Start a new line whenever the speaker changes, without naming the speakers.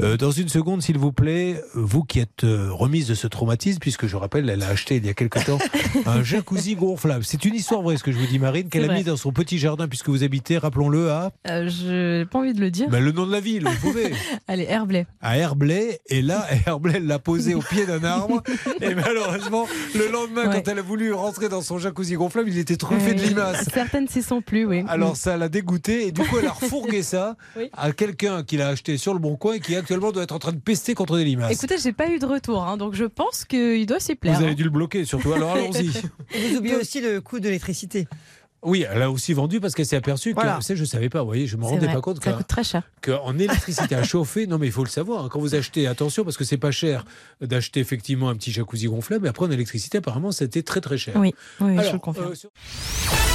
Euh, dans une seconde, s'il vous plaît, vous qui êtes euh, remise de ce traumatisme, puisque je rappelle, elle a acheté il y a quelque temps un jacuzzi gonflable. C'est une histoire vraie, ce que je vous dis, Marine, qu'elle a
vrai.
mis dans son petit jardin, puisque vous habitez, rappelons-le, à
Euh, je n'ai pas envie de le dire.
ben, le nom de la ville, vous pouvez,
Allez, Herblay.
à Herblay. Et là, Herblay elle l'a posé au pied d'un arbre. Et malheureusement, le lendemain,
Ouais.
quand elle a voulu rentrer dans son jacuzzi gonflable, il était truffé de
Euh,
limaces.
Certaines s'y sont plus, oui. Mm.
Alors ça l'a dégoûté et du coup elle a refourgué ça
Oui.
à quelqu'un qui l'a acheté sur le bon coin et qui actuellement doit être en train de pester contre des limaces.
Écoutez, j'ai pas eu de retour, hein, donc je pense qu'il doit s'y plaire. hein.
vous avez dû le bloquer surtout, alors allons-y.
Et vous oubliez aussi le coût de l'électricité.
Oui, elle a aussi vendu parce qu'elle s'est aperçue
Voilà.
que, vous savez, je ne savais pas, vous voyez, je ne me
C'est
rendais
vrai,
pas compte
Ça
qu'en
coûte très cher.
qu'en électricité à chauffer, non mais il faut le savoir, hein, quand vous achetez, attention parce que c'est pas cher d'acheter effectivement un petit jacuzzi gonflable, mais après en électricité apparemment c'était très très cher.
Oui, oui, je
Alors,
le confirme.
euh, sur-